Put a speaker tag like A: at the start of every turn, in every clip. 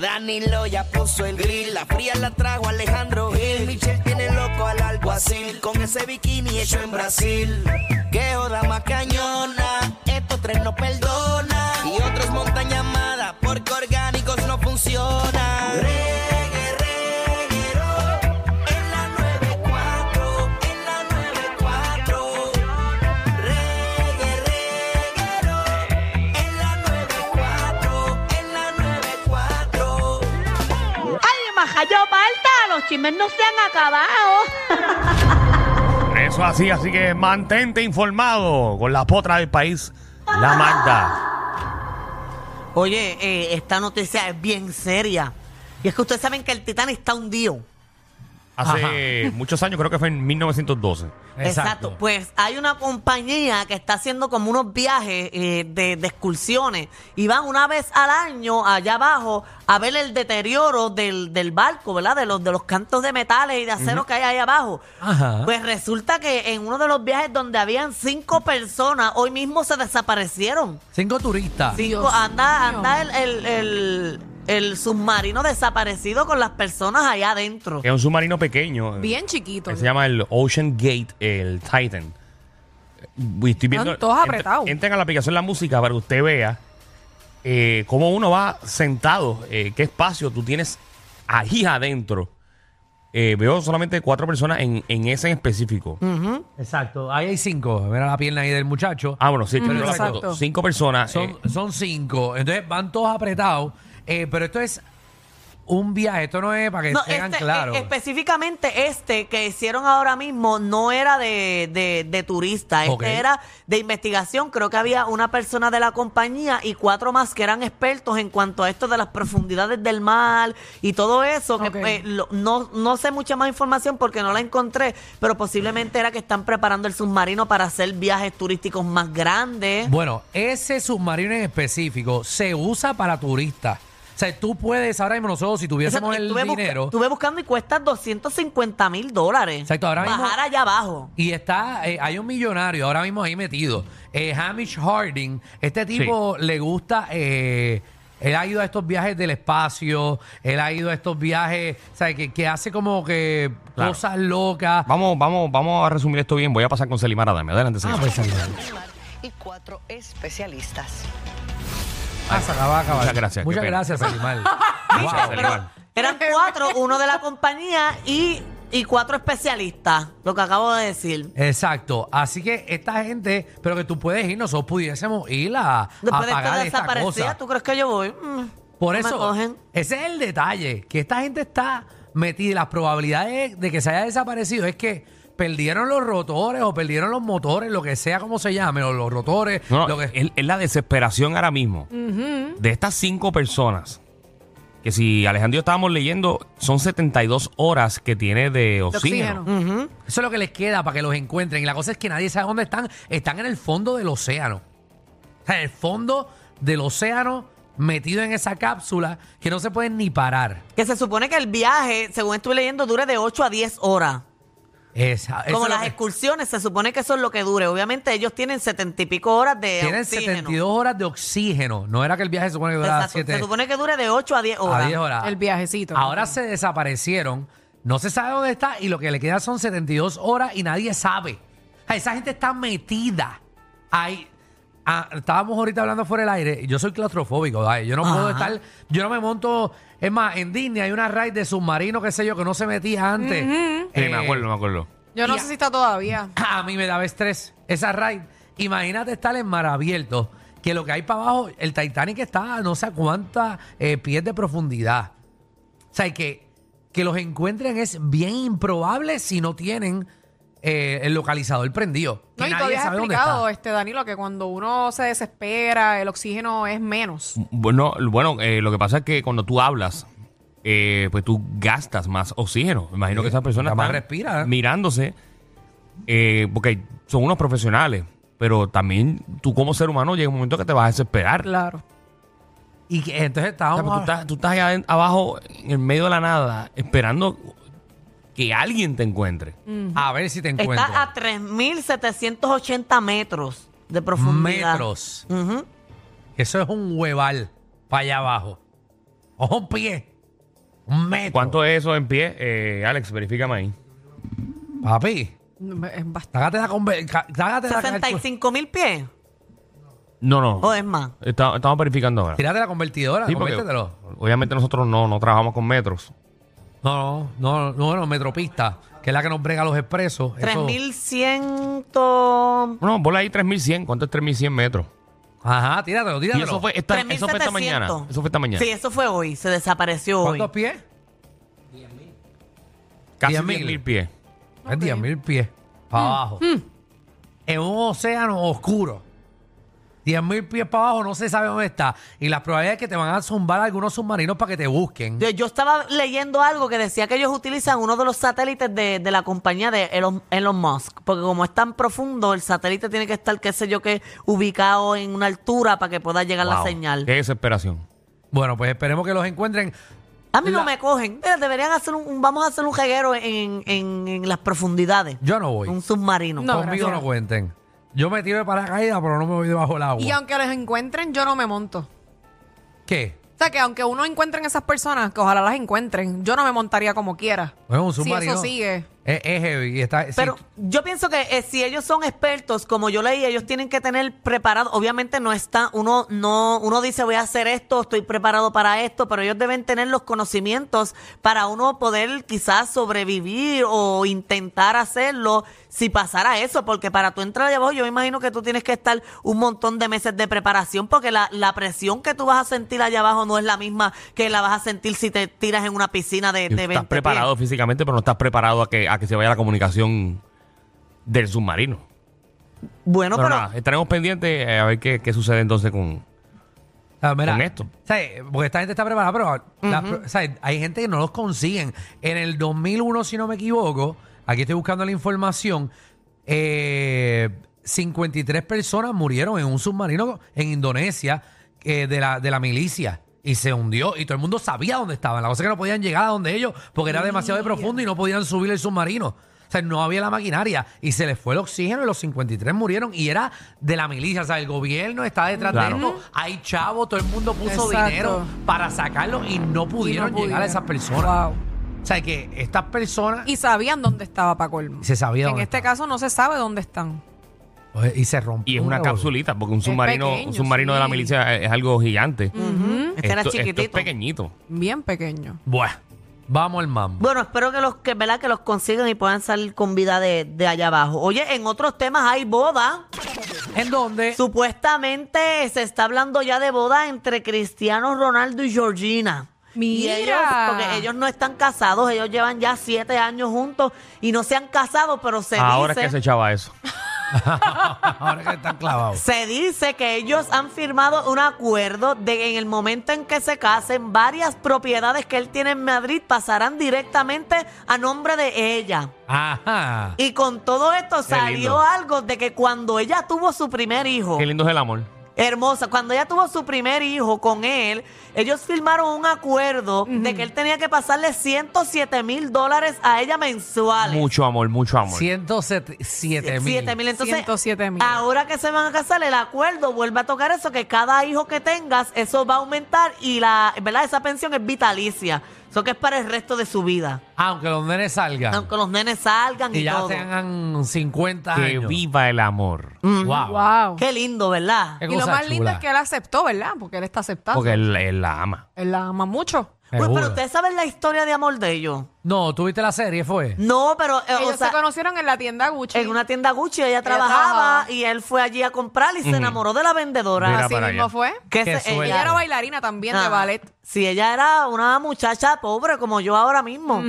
A: Danilo ya puso el grill. La fría la trajo Alejandro Gil. Michelle tiene loco al alguacil. Con ese bikini hecho en Brasil. Qué joda más cañona. Estos tres no perdonan. Y otros montan llamada porque orgánicos no funcionan. Reggae, reguero. En la 94. En la 94. Reggae, reguero. En la 94. En la 94.
B: ¡Ay, majayo palta! Los chismes no se han acabado.
C: Eso así, así que mantente informado con la potra del país, la Magda.
D: Oye, eh, esta noticia es bien seria. Y es que ustedes saben que el Titanic está hundido.
C: Hace muchos años, creo que fue en 1912.
D: Pues hay una compañía que está haciendo como unos viajes eh, de, de excursiones y van una vez al año allá abajo a ver el deterioro del, del barco, ¿verdad? De los, de los cantos de metales y de acero que hay ahí abajo.
E: Ajá.
D: Pues resulta que en uno de los viajes donde habían cinco personas, hoy mismo se desaparecieron.
E: Cinco turistas.
D: Cinco, anda, anda el, el- el- el submarino desaparecido con las personas allá adentro.
C: Es un submarino pequeño. eh,
F: Bien chiquito.
C: que se llama el Ocean Gate, el Titan. Y estoy viendo.
F: Están todos
C: entre-
F: apretados.
C: entren a la aplicación La Música para que usted vea eh, cómo uno va sentado, eh, qué espacio tú tienes ahí adentro. Eh, veo solamente cuatro personas en, en ese en específico.
F: Mm.
E: Exacto. Ahí hay cinco. Mira la pierna ahí del muchacho.
C: Ah, bueno, sí, estoy
F: Mm,
C: viendo la foto.
F: exacto.
C: Cinco personas. eh,
E: Son, son cinco. Entonces van todos apretados. Eh, pero esto es un viaje. Esto no es para que
D: No,
E: tengan
D: este,
E: claro.
D: eh, específicamente este que hicieron ahora mismo no era de, de- de turista, este
E: Ok.
D: era de investigación. Creo que había una persona de la compañía y cuatro más que eran expertos en cuanto a esto de las profundidades del mar y todo eso. que,
F: Ok.
D: eh, lo- no, no sé mucha más información porque no la encontré, pero posiblemente era que están preparando el submarino para hacer viajes turísticos más grandes.
E: Bueno, ese submarino en específico se usa para turistas. O sea, tú puedes, ahora mismo nosotros, si tuviésemos
D: Eso,
E: el
D: estuve, busca-
E: dinero.
D: estuve buscando y cuesta 250 mil dólares.
E: Exacto, ahora mismo-
D: Bajar allá abajo.
E: Y está, eh, hay un millonario ahora mismo ahí metido. Eh, Hamish Harding, este tipo le gusta, eh, él ha ido a estos viajes del espacio, él ha ido a estos viajes, o sea, que, que hace como que
C: Claro.
E: cosas locas.
C: Vamos, vamos, vamos a resumir esto bien. Voy a pasar con Selimar Adame. Adelante,
E: Ah,
C: Selimar.
E: pues, ahí.
G: y cuatro especialistas.
E: Ah, se acaba de acabar.
C: Muchas gracias,
E: Muchas
C: qué pena.
E: gracias, Felimal.
C: Wow.
E: Wow.
C: Selimar.
D: Eran cuatro, uno de la compañía y, y cuatro especialistas, lo que acabo de decir.
E: Exacto. Así que esta gente, pero que tú puedes ir, nosotros pudiésemos ir a, a
D: Después de
E: pagar
D: estar
E: esta
D: desaparecida,
E: cosa.
D: ¿tú crees que yo voy? Mm,
E: Por
D: no me
E: eso,
D: cogen.
E: ese es el detalle, que esta gente está metida. y Las probabilidades de que se haya desaparecido es que perdieron los rotores o perdieron los motores, lo que sea como se llame, o los rotores.
C: No,
E: lo
C: no,
E: que-
C: es, es la desesperación ahora mismo de estas cinco personas. Que si Alejandro y yo estábamos leyendo, son 72 horas que tiene de oxígeno.
F: oxígeno.
E: Eso es lo que les queda para que los encuentren. Y la cosa es que nadie sabe dónde están. Están en el fondo del océano. O sea, en el fondo del océano metido en esa cápsula que no se pueden ni parar.
D: Que se supone que el viaje, según estuve leyendo, dure de 8 a 10 horas.
E: Esa, eso
D: Como
E: es lo
D: las
E: que-
D: excursiones, se supone que eso es lo que dure. Obviamente ellos tienen setenta y pico horas de
E: Tienen
D: oxígeno.
E: 72 horas de oxígeno. No era que el viaje se supone que duraba
D: Exacto,
E: 7
D: Se supone que dure de 8 a 10 horas.
E: a 10 horas.
F: El viajecito.
E: Ahora se desaparecieron, no se sabe dónde está y lo que le queda son 72 horas y nadie sabe. O sea, Esa gente está metida. Ahí. Ah, estábamos ahorita hablando fuera del aire. Yo soy claustrofóbico, ¿vale? yo no puedo
D: Ajá.
E: estar, yo no me monto. Es más, en Disney hay una raid de submarino, qué sé yo, que no se metía antes.
C: Sí,
E: Eh,
C: me acuerdo, me acuerdo.
F: Yo no
E: Y-
F: sé si está todavía.
E: a mí me daba estrés esa raid. Imagínate estar en mar abierto, que lo que hay para abajo, el Titanic está a no sé a cuántas eh, pies de profundidad. O sea, que, que los encuentren es bien improbable si no tienen eh, el localizador prendido. Que
F: No, y tú
E: nadie
F: habías
E: sabe dónde
F: explicado,
D: eh.
E: está.
F: este, Danilo, que cuando uno se desespera, el oxígeno es menos.
C: Bueno, bueno eh, lo que pasa es que cuando tú hablas, eh, pues tú gastas más oxígeno. Me Imagino
E: Sí,
C: que esas personas
E: nada más
C: están
E: respira, ¿eh?
C: mirándose, eh, porque son unos profesionales. Pero también tú como ser humano llega un momento que te vas a desesperar.
F: Claro.
E: Y que, entonces
C: O
E: estábamos.
C: sea, pues tú, estás, tú estás allá aden- abajo, en el medio de la nada, esperando que alguien te encuentre.
D: Mm.
E: A ver si te encuentro.
D: Está a 3.780 metros de profundidad.
E: Metros.
D: Ujú.
E: Eso es un hueval para allá abajo. Ojo un pie. Un metro.
C: ¿Cuánto es eso en pie? Eh, Alex, verifícame ahí.
E: Papi,
F: Es bastante.
E: tágate la conver- ca- tágate la calcu-
D: 65 mil pies.
C: No, no.
D: O es más.
C: Está- estamos verificando ahora.
E: Tírate la convertidora,
C: Sí, porque
E: conviértetelo.
C: obviamente nosotros no, no trabajamos con metros.
E: No, no, no, no, no, Metropista, que es la que nos brega los expresos. eso-
D: 3.100.
C: No, ponle ahí 3100. ¿Cuánto es 3100 metros?
E: Ajá, tíratelo, tíratelo.
C: Y eso fue, esta, eso fue esta mañana. Eso fue esta mañana.
D: Sí, eso fue hoy. Se desapareció hoy.
E: ¿Cuántos pies?
C: Casi
E: 10.000.
C: 10.000 pies.
E: Es 10.000 Pues pies
F: Mm,
E: para abajo. En un océano oscuro. 10.000 pies para abajo, no se sabe dónde está. Y las probabilidades que te van a zumbar algunos submarinos para que te busquen.
D: Yo, yo estaba leyendo algo que decía que ellos utilizan uno de los satélites de, de la compañía de Elon, Elon Musk, porque como es tan profundo, el satélite tiene que estar, qué sé yo, que ubicado en una altura para que pueda llegar la
C: Wow.
D: señal.
C: Qué desesperación.
E: Bueno, pues esperemos que los encuentren.
D: A mí no
E: La-
D: me cogen. Eh, Deberían hacer un, un- vamos a hacer un jeguero en, en- en las profundidades.
E: Yo no voy.
D: Un submarino.
F: No,
E: Conmigo
F: gracias.
E: no cuenten. Yo me tiro de paracaídas, pero no me voy debajo del agua.
F: Y aunque los encuentren, yo no me monto.
E: ¿Qué?
F: O sea, que aunque uno encuentren esas personas, que ojalá las encuentren, yo no me montaría como quiera.
E: Bueno, un
F: Si
E: submarino.
F: eso sigue.
E: Es, es heavy. y Está, sí,
D: Pero yo pienso que eh, si ellos son expertos, como yo leí, ellos tienen que tener preparado. Obviamente no está, uno no, uno dice voy a hacer esto, estoy preparado para esto, pero ellos deben tener los conocimientos para uno poder quizás sobrevivir o intentar hacerlo si pasara eso, porque para tu entrar allá abajo yo me imagino que tú tienes que estar un montón de meses de preparación, porque la, la presión que tú vas a sentir allá abajo no es la misma que la vas a sentir si te tiras en una piscina de, de 20
C: estás
D: pies.
C: preparado físicamente, pero no estás preparado a que, a que se vaya la comunicación del submarino.
D: Bueno,
C: pero,
D: pero
C: nada, estaremos pendientes eh, a ver qué, qué sucede entonces con...
E: Ah, mira,
C: con esto.
E: ¿sabes? Porque esta gente está preparada, pero la- ¿sabes? hay gente que no los consiguen. En el 2001, si no me equivoco, aquí estoy buscando la información, eh, 53 personas murieron en un submarino en Indonesia eh, de, la, de la milicia. Y se hundió y todo el mundo sabía dónde estaban. La cosa es que no podían llegar a donde ellos porque era demasiado de profundo y no podían subir el submarino. O sea, no había la maquinaria y se les fue el oxígeno y los 53 murieron y era de la milicia. O sea, el gobierno está detrás
C: Claro.
E: de esto. Hay chavo, todo el mundo puso
F: Exacto.
E: dinero para sacarlo y no pudieron llegar a
F: pudieron.
E: esas personas. O sea, que estas personas
F: Y sabían dónde estaba Paco Elmo.
E: se sabía
F: En
E: dónde
F: este
E: estaba.
F: caso no se sabe dónde están.
E: Oye, y se rompió.
C: Y es una
E: revolú-
C: capsulita, porque un submarino, un
F: pequeño,
C: submarino de la
F: sí.
C: milicia es, es algo gigante.
D: este era
C: Esto- esto
D: chiquitito.
C: es pequeñito.
F: Bien pequeño.
E: Buah. Vamos al mambo.
D: Bueno, espero que los que, ¿verdad? que los consigan y puedan salir con vida de, de allá abajo. Oye, en otros temas hay boda.
E: ¿En dónde?
D: Supuestamente se está hablando ya de boda entre Cristiano Ronaldo y Georgina. Y
F: Mira.
D: ellos, porque ellos no están casados, ellos llevan ya siete años juntos y no se han casado, pero se
C: Ahora
D: dice.
C: es que se echaba eso.
E: Ahora que están clavados.
D: Se dice que ellos han firmado un acuerdo de que en el momento en que se casen, varias propiedades que él tiene en Madrid pasarán directamente a nombre de ella.
E: Ajá.
D: Y con todo esto
C: lindo.
D: salió algo de que cuando ella tuvo su primer hijo,
C: Qué lindo es el amor.
D: hermosa, cuando ella tuvo su primer hijo con él, ellos firmaron un acuerdo de que él tenía que pasarle 107 mil dólares a ella mensuales.
C: Mucho amor, mucho amor.
E: 107 mil.
D: 7 mil. Entonces,
F: 107 mil.
D: ahora que se van a casar, el acuerdo vuelve a tocar eso, que cada hijo que tengas, eso va a aumentar y la, ¿verdad? Esa pensión es vitalicia. Eso que es para el resto de su vida.
E: Aunque los nenes salgan.
D: Aunque los nenes salgan y,
E: y ya
D: todo.
E: tengan 50
C: Que
E: años.
C: viva el amor.
D: Mm.
E: Wow.
F: Wow.
D: Qué lindo, ¿verdad?
E: Qué
F: Y lo
E: cosa
F: más lindo
E: chula.
F: es que él aceptó, ¿verdad? Porque él está aceptando.
C: Porque él, él la ama.
F: Él la ama mucho.
D: Uy,
E: Seguro.
D: pero ustedes saben la historia de amor de ellos.
E: No, ¿tuviste la serie? ¿Fue?
D: No, pero eh,
F: Ellos
D: o sea,
F: se conocieron en la tienda Gucci.
D: en una tienda Gucci ella, trabajaba,
F: trabajaba.
D: y él fue allí a comprar y se enamoró de la vendedora.
C: Mira
F: Así
C: para
F: mismo
C: allá.
F: fue.
D: que
E: Qué
D: se-
E: suerte.
F: Ella era bailarina también
D: Ah,
F: de ballet.
D: Si ella era una muchacha pobre como yo ahora mismo.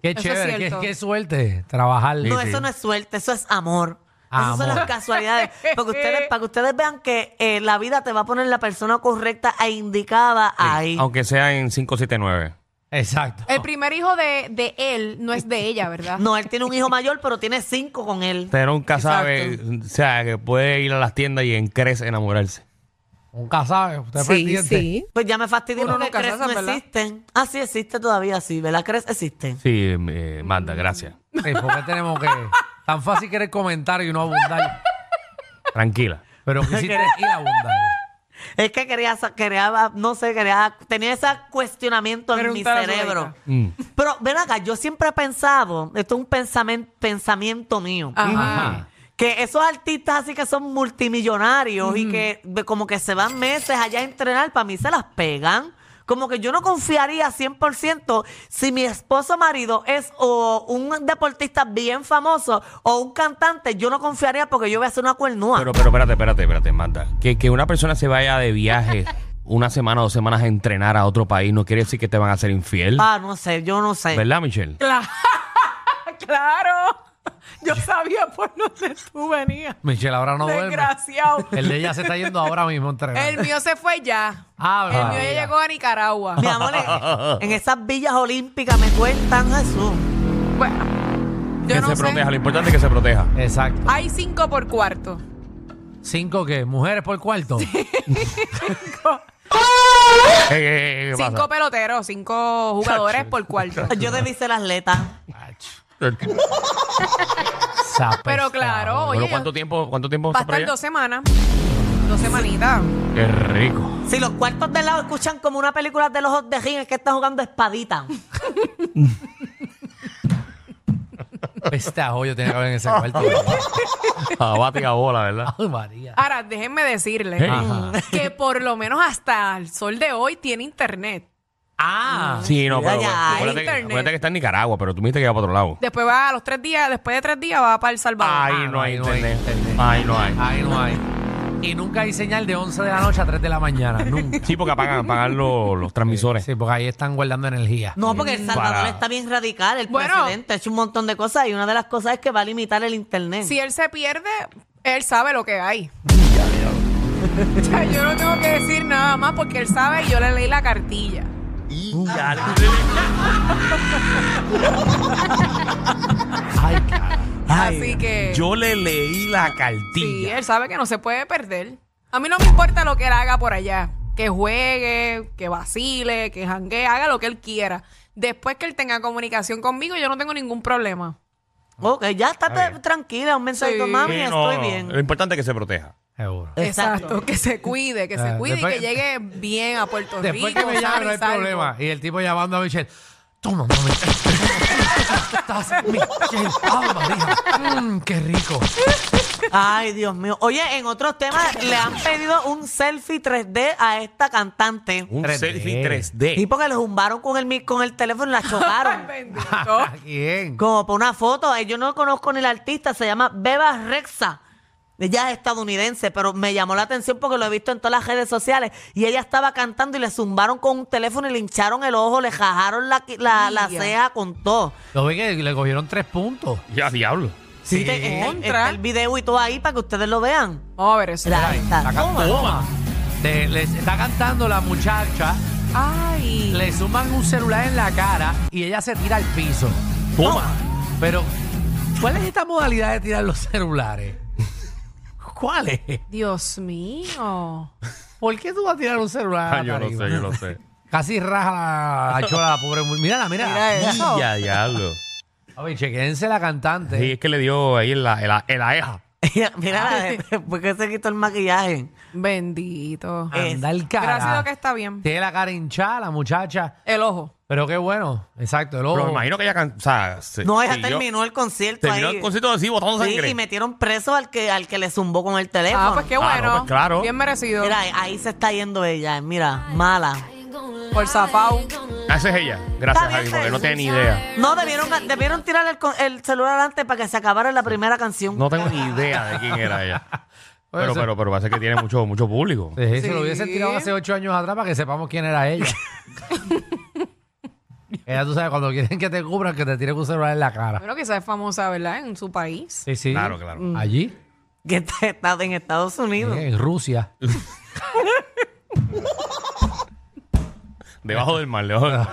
E: Qué
F: Eso es
E: chévere, qué,
F: cierto.
E: qué suerte trabajar.
D: No, eso no es suerte, eso es amor. Esas son
E: Amor.
D: las casualidades. Porque ustedes, para que ustedes vean que eh, la vida te va a poner la persona correcta e indicada ahí.
C: Aunque sea en 579.
E: Exacto.
F: El primer hijo de, de él no es de ella, ¿verdad?
D: No, él tiene un hijo mayor, pero tiene cinco con él.
C: Pero nunca sabe, o sea, que puede ir a las tiendas y en Cres enamorarse.
E: Nunca sabe, usted es pendiente.
D: Pues ya me fastidió
F: Uno
D: porque
F: nunca
D: Cres
F: sabe,
D: no
F: ¿verdad?
D: existen. Ah, sí, existe todavía, sí, ¿verdad? Cres existe.
C: Sí, eh, manda, gracias.
E: Sí, Eh, ¿Por qué tenemos que...? Tan fácil que era el comentario y no abundar.
C: Tranquila.
E: Pero quisiste ir a abundar.
D: Es que quería, sa- quería, no sé, quería, tenía ese cuestionamiento en mi
F: Preguntar a Zuleika.
D: cerebro.
C: Mm.
D: Pero ven acá, yo siempre he pensado, esto es un pensamen- pensamiento mío,
E: Ajá.
D: que esos artistas así que son multimillonarios y que de- como que se van meses allá a entrenar, para mí se las pegan. Como que yo no confiaría 100% si mi esposo marido es o un deportista bien famoso o un cantante, yo no confiaría porque yo voy a hacer una cuernúa.
C: Pero, pero espérate, espérate, espérate, Marta. Que, que una persona se vaya de viaje una semana o dos semanas a entrenar a otro país no quiere decir que te van a ser infiel.
D: Ah, no sé, yo no sé.
C: ¿Verdad, Michelle?
F: Claro. Yo sabía por dónde tú venías.
E: Michelle ahora no duerme.
F: Desgraciado.
E: El de ella se está yendo ahora mismo a entrenar.
F: El mío se fue ya.
E: Ah,
F: El mío
E: verdad.
F: ya llegó a Nicaragua.
D: Mi amor, en- en esas villas olímpicas me cuentan Jesús.
F: Bueno, yo
C: que
F: no
C: se
F: sé.
C: proteja, lo importante es que se proteja.
E: Exacto.
F: Hay cinco por cuarto.
E: ¿Cinco qué? ¿Mujeres por cuarto?
C: Eh, eh, eh, ¿qué pasa?
F: Cinco peloteros, cinco jugadores por cuarto.
D: Yo debí ser atleta.
E: Esa
F: Pero
E: pestada.
F: claro,
C: Bueno,
F: oye,
C: ¿cuánto tiempo, cuánto tiempo
F: va a
C: está por
F: estar
C: allá?
F: dos semanas. Dos semanitas.
C: Qué rico.
D: Si los cuartos del lado escuchan como una película de los Hot de Ring, es que están jugando espadita.
E: Este ajoyo tiene que haber en ese cuarto.
C: Abate a bola, ¿verdad?
E: Ay, María.
F: Ahora, déjenme decirle
C: Hey.
E: Ajá.
F: que por lo menos hasta el sol de hoy tiene internet.
E: Ah,
C: Sí, no,
D: Mira
C: pero
D: ya,
C: acuérdate, que-
F: internet.
C: acuérdate que está en Nicaragua, pero tú me dijiste que iba para otro lado.
F: Después va a los tres días, después de tres días va para El Salvador.
C: Ahí no hay
E: ahí
C: internet. Ah. Ahí no hay.
E: Ahí no hay. Y nunca hay señal de 11 de la noche a 3 de la mañana. Nunca.
C: Sí, porque apagan, apagan los, los transmisores.
E: Sí, porque ahí están guardando energía.
D: No, porque El Salvador
C: Para.
D: está bien radical. El
F: Bueno.
D: presidente ha hecho un montón de cosas y una de las cosas es que va a limitar el internet.
F: Ah, Si él se pierde, él sabe lo que hay. O sea, yo no tengo que decir nada más porque él sabe y yo le leí la cartilla.
E: Ay, cara.
F: Así que
C: Yo le leí la
F: sí,
C: cartilla.
F: él sabe que no se puede perder. A mí no me importa lo que él haga por allá. Que juegue, que vacile, que janguee, haga lo que él quiera. Después que él tenga comunicación conmigo, yo no tengo ningún problema.
D: Ok, ya está
C: Está
D: te-
C: bien.
D: tranquila, un mensajito,
F: Sí.
D: mami,
C: Sí, no,
D: estoy
C: no,
D: bien.
C: Lo importante es que se proteja.
E: Seguro.
F: Exacto. que se cuide, que se
E: Ah,
F: cuide
E: después-
F: y que llegue bien a Puerto
E: Después
F: Rico.
E: que me llame
F: sano
E: no
F: y
E: hay
F: salvo.
E: problema. Y el tipo llamando a Michelle. Tú no mames. Estás Michelle. Ah, María. Mm, qué rico.
D: Ay, Dios mío. Oye, en otros temas le han pedido un selfie 3D a esta cantante.
C: Un
E: 3D.
C: selfie
D: Y
C: 3D.
D: porque le zumbaron con el, mi- con el teléfono y la
F: Ay,
D: chocaron.
F: bendito.
E: ¿Quién?
D: Como por una foto, eh, yo no conozco ni la artista, se llama Beba Rexa. Ella es estadounidense, pero me llamó la atención porque lo he visto en todas las redes sociales. Y ella estaba cantando y le zumbaron con un teléfono y le hincharon el ojo, le jajaron la, la, la
F: Ya.
D: ceja con todo.
E: Lo ve que le cogieron tres puntos.
C: Ya, diablo.
D: Sí,
C: Este,
D: te- eh, está- está el video y todo ahí para que ustedes lo vean.
F: Vamos a ver eso.
D: La-
E: La
D: la-
E: cantoma. Le- le está cantando la muchacha,
F: Ay.
E: le suman un celular en la cara y ella se tira al piso.
C: Toma.
E: Pero, ¿cuál es esta modalidad de tirar los celulares? ¿Cuál es?
F: Dios mío.
E: ¿Por qué tú vas a tirar un celular? a la
C: Ah, yo no
E: tarima?
C: sé, yo no sé.
E: Casi raja la, la chola, la pobre. mu- Mírala, mírala.
F: Mira eso.
D: Oh.
C: Ya, diablo.
E: A ver, chequense la cantante.
C: Sí, es que le dio ahí en la, en la, en la eja.
D: Mira, la- ¿por qué se quitó el maquillaje?
F: Bendito.
E: Anda el
F: Pero
E: cara.
F: ha sido que está bien.
E: Tiene la cara hinchada, la muchacha.
F: El ojo.
E: Pero qué bueno. Exacto, el
C: Pero me
E: ojo.
C: imagino que ella can- o sea, se-
D: Oh. No, ella
C: siguió-
D: terminó el concierto
C: Terminó
D: ahí.
C: el concierto así, botando
D: Sí,
C: sangre.
D: y metieron preso al que, al que le zumbó con el teléfono.
F: Ah, pues qué
C: Ah, no,
F: bueno.
C: pues claro.
F: Bien merecido.
D: Mira, ahí se está yendo ella, eh, mira, mala.
F: Por zafao.
C: Ah, esa es ella. Gracias,
D: Está
C: Javi,
D: bien,
C: porque
D: Fer.
C: no tiene ni idea.
D: No, debieron, debieron tirar el, con- el celular antes para que se acabara la primera canción.
C: No tengo ni idea de quién era ella. Pero,
E: eso-
C: pero, pero parece que tiene mucho, mucho público.
E: Sí, Se
F: Sí.
E: lo hubiesen tirado hace ocho años atrás para que sepamos quién era ella. ella, tú sabes, cuando quieren que te cubran, que te tiren un celular en la cara.
F: Bueno, quizás es famosa, ¿verdad? En su país.
E: Sí, sí.
C: Claro, claro.
F: Mm.
E: Allí,
D: Que está, está en Estados Unidos.
E: en Rusia.
C: Debajo del mar, debajo del mar.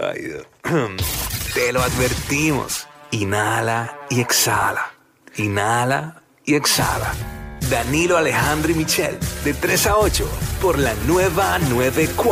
H: Ay, Dios. Te lo advertimos. Inhala y exhala. Inhala y exhala. Danilo Alejandro y Michel, de 3 a 8, por la nueva 94.